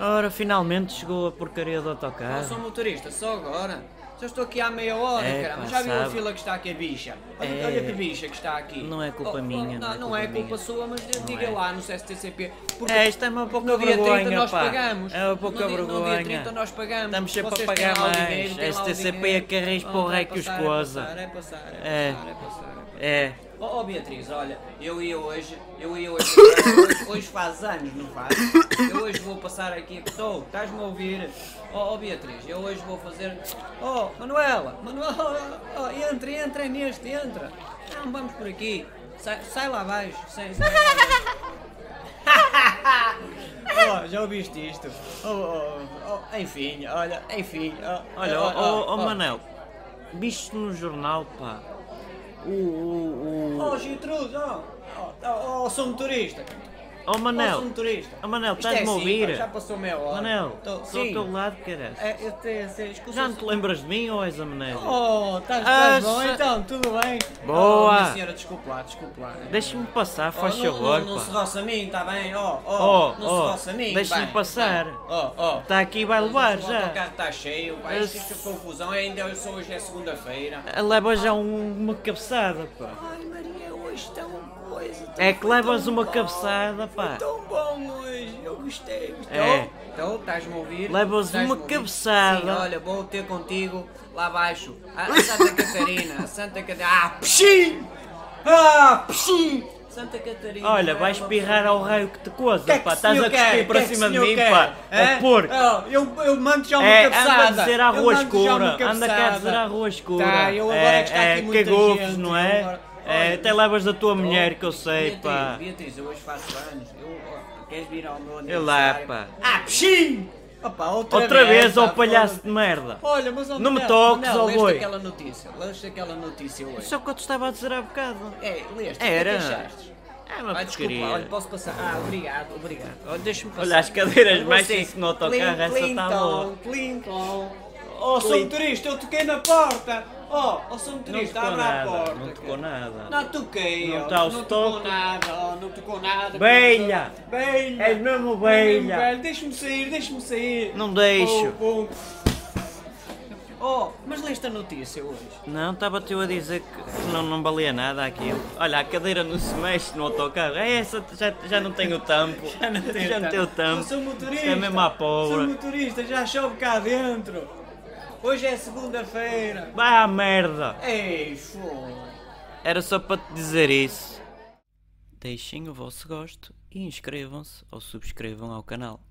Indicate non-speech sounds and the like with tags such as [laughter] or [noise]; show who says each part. Speaker 1: Ora, finalmente chegou a porcaria do autocarro.
Speaker 2: Não sou motorista, só agora. Já estou aqui há meia hora,
Speaker 1: É,
Speaker 2: caramba.
Speaker 1: pá,
Speaker 2: Já viu a
Speaker 1: sabe.
Speaker 2: fila que está aqui, a bicha? Olha,
Speaker 1: É.
Speaker 2: olha que bicha que está aqui.
Speaker 1: Não é culpa
Speaker 2: Oh, oh,
Speaker 1: minha,
Speaker 2: Não, não é culpa, sua, mas diga
Speaker 1: é.
Speaker 2: lá no CSTCP. Porque
Speaker 1: É, isto é uma pouca
Speaker 2: um no dia 30
Speaker 1: vergonha,
Speaker 2: nós
Speaker 1: pá.
Speaker 2: pagamos.
Speaker 1: É uma pouca
Speaker 2: no dia, No dia
Speaker 1: vergonha.
Speaker 2: 30 nós pagamos.
Speaker 1: Estamos sempre a
Speaker 2: Vocês
Speaker 1: pagar
Speaker 2: têm lá o
Speaker 1: mais.
Speaker 2: dinheiro, têm lá o
Speaker 1: STCP
Speaker 2: dinheiro.
Speaker 1: é carris para o
Speaker 2: Oh, vai
Speaker 1: rei que os
Speaker 2: passar,
Speaker 1: coisa.
Speaker 2: É passar, é passar,
Speaker 1: É.
Speaker 2: é passar, é passar. é passar.
Speaker 1: É.
Speaker 2: Oh, oh, Beatriz, olha, eu ia hoje, eu ia hoje, hoje, hoje faz anos, não faz? Eu hoje vou passar aqui, estou, estás-me a ouvir? Oh, oh, Beatriz, eu hoje vou fazer... Oh, Manuela, Manuela, oh, oh, entra, entra neste, entra. Não, vamos por aqui, sai, sai lá abaixo, sai, sai [laughs] lá abaixo. Oh, já ouviste isto? Oh, oh, oh, enfim, olha, enfim. oh,
Speaker 1: Olha,
Speaker 2: oh,
Speaker 1: ó ó,
Speaker 2: oh,
Speaker 1: ó,
Speaker 2: oh.
Speaker 1: Manel, viste no jornal, pá. O. O. o...
Speaker 2: Oh, Gertrude, oh, oh, oh, oh, sou motorista.
Speaker 1: Ó, Manel.
Speaker 2: Posso um turista?
Speaker 1: Ó, Manel,
Speaker 2: Isto
Speaker 1: estás-me a
Speaker 2: assim,
Speaker 1: ouvir?
Speaker 2: pá, Já passou meia hora.
Speaker 1: Manel,
Speaker 2: Tô-
Speaker 1: estou ao
Speaker 2: sim.
Speaker 1: teu lado, caralho.
Speaker 2: É, eu tenho, sei, escusa-
Speaker 1: Já não te lembras de mim ou és a Manel?
Speaker 2: Oh, estás
Speaker 1: Ah,
Speaker 2: estás bom
Speaker 1: se-
Speaker 2: então, tudo bem?
Speaker 1: Boa.
Speaker 2: Oh, minha senhora, desculpe lá, desculpe lá.
Speaker 1: Deixa-me passar,
Speaker 2: Oh,
Speaker 1: faz
Speaker 2: não-
Speaker 1: favor,
Speaker 2: não, não, se
Speaker 1: pá.
Speaker 2: roça a mim, está bem? Oh, oh,
Speaker 1: Oh,
Speaker 2: não
Speaker 1: oh,
Speaker 2: se roça a mim.
Speaker 1: deixa-me
Speaker 2: vai,
Speaker 1: passar.
Speaker 2: vai. Oh, oh.
Speaker 1: Está Tá aqui e vai levar
Speaker 2: O
Speaker 1: já.
Speaker 2: autocarro está tá cheio, vai, isto isto é
Speaker 1: Esse-
Speaker 2: confusão, ainda eu sou hoje é segunda-feira.
Speaker 1: Leva já um- uma cabeçada, pá.
Speaker 2: Ai Maria, hoje está uma coisa. tão-
Speaker 1: É que levas
Speaker 2: tão
Speaker 1: uma
Speaker 2: bom.
Speaker 1: cabeçada, pá.
Speaker 2: Foi Tão bom hoje, eu gostei. gostei.
Speaker 1: É.
Speaker 2: Então, estás-me a ouvir?
Speaker 1: Levas
Speaker 2: Estás-me
Speaker 1: uma
Speaker 2: a ouvir?
Speaker 1: cabeçada.
Speaker 2: Sim, olha, vou ter contigo lá abaixo. A Santa Catarina, a Santa Catarina. Ah, pxi! Ah, pxi! Santa Catarina.
Speaker 1: Olha, vais
Speaker 2: é uma
Speaker 1: espirrar ao raio que te coisa,
Speaker 2: que é que
Speaker 1: pá.
Speaker 2: o
Speaker 1: Estás a
Speaker 2: senhor quer?
Speaker 1: cuspir para
Speaker 2: Que é que o
Speaker 1: cima de
Speaker 2: senhor
Speaker 1: mim,
Speaker 2: quer?
Speaker 1: pá.
Speaker 2: Hã?
Speaker 1: A porco.
Speaker 2: Oh, eu, eu mando já uma
Speaker 1: É,
Speaker 2: cabeçada.
Speaker 1: anda a dizer à rua
Speaker 2: Eu mando já uma
Speaker 1: escura, anda cá a dizer à
Speaker 2: cabeçada.
Speaker 1: rua escura.
Speaker 2: Tá, eu agora
Speaker 1: é,
Speaker 2: que está
Speaker 1: é,
Speaker 2: aqui muita
Speaker 1: que golfes,
Speaker 2: gente,
Speaker 1: não
Speaker 2: eu
Speaker 1: é?
Speaker 2: agora-
Speaker 1: É,
Speaker 2: Olha, oh,
Speaker 1: até levas da tua mulher que eu sei,
Speaker 2: Beatriz,
Speaker 1: pá.
Speaker 2: Beatriz, eu hoje faço anos. Eu, ó, queres vir ao meu
Speaker 1: Eu
Speaker 2: aniversário?
Speaker 1: lá, pá.
Speaker 2: Ah, pxim! Opa, outra,
Speaker 1: Outra vez, ó
Speaker 2: pá,
Speaker 1: palhaço
Speaker 2: foda-se.
Speaker 1: de merda.
Speaker 2: Olha, mas ó,
Speaker 1: Não me
Speaker 2: Manel,
Speaker 1: toques,
Speaker 2: Manel,
Speaker 1: ó
Speaker 2: leste
Speaker 1: boi.
Speaker 2: aquela notícia, leste aquela notícia hoje.
Speaker 1: Isso é o que eu te estava a dizer há bocado.
Speaker 2: É, leste,
Speaker 1: Era.
Speaker 2: o que é que achaste?
Speaker 1: É uma
Speaker 2: Ah, desculpa,
Speaker 1: porcaria.
Speaker 2: olha, posso passar? Ah, obrigado, obrigado. Olha, deixa-me passar.
Speaker 1: Olha, as cadeiras
Speaker 2: Olha,
Speaker 1: mexem-se no autocarro, essa está boa.
Speaker 2: Clinton, Clinton. Oh, sou
Speaker 1: Clin-
Speaker 2: motorista, eu toquei na porta. Oh, oh sou
Speaker 1: Não
Speaker 2: motorista,
Speaker 1: tocou
Speaker 2: abre a
Speaker 1: nada,
Speaker 2: porta.
Speaker 1: não tocou
Speaker 2: cara.
Speaker 1: nada.
Speaker 2: Não toquei,
Speaker 1: Não
Speaker 2: ó,
Speaker 1: tá o
Speaker 2: não tocou
Speaker 1: estoque.
Speaker 2: nada, ó, não tocou nada.
Speaker 1: Velha.
Speaker 2: Velha!
Speaker 1: És mesmo
Speaker 2: Velho,
Speaker 1: velha.
Speaker 2: velho, Deixa-me sair, deixa-me sair!
Speaker 1: Não deixo.
Speaker 2: Oh, oh. Oh, mas leste a notícia hoje.
Speaker 1: Não, estava-te eu a dizer que não, não valia nada aquilo. Olha, a cadeira não se mexe no autocarro. É essa, já, já não tem o tampo.
Speaker 2: [laughs]
Speaker 1: já não tem o tampo.
Speaker 2: Eu sou motorista.
Speaker 1: Isto é mesmo à
Speaker 2: Sou
Speaker 1: pobre.
Speaker 2: motorista, já chove cá dentro. Hoje é segunda-feira.
Speaker 1: Vai à merda.
Speaker 2: Ei, foda.
Speaker 1: Era só para te dizer isso. Deixem o vosso gosto e inscrevam-se ou subscrevam ao canal.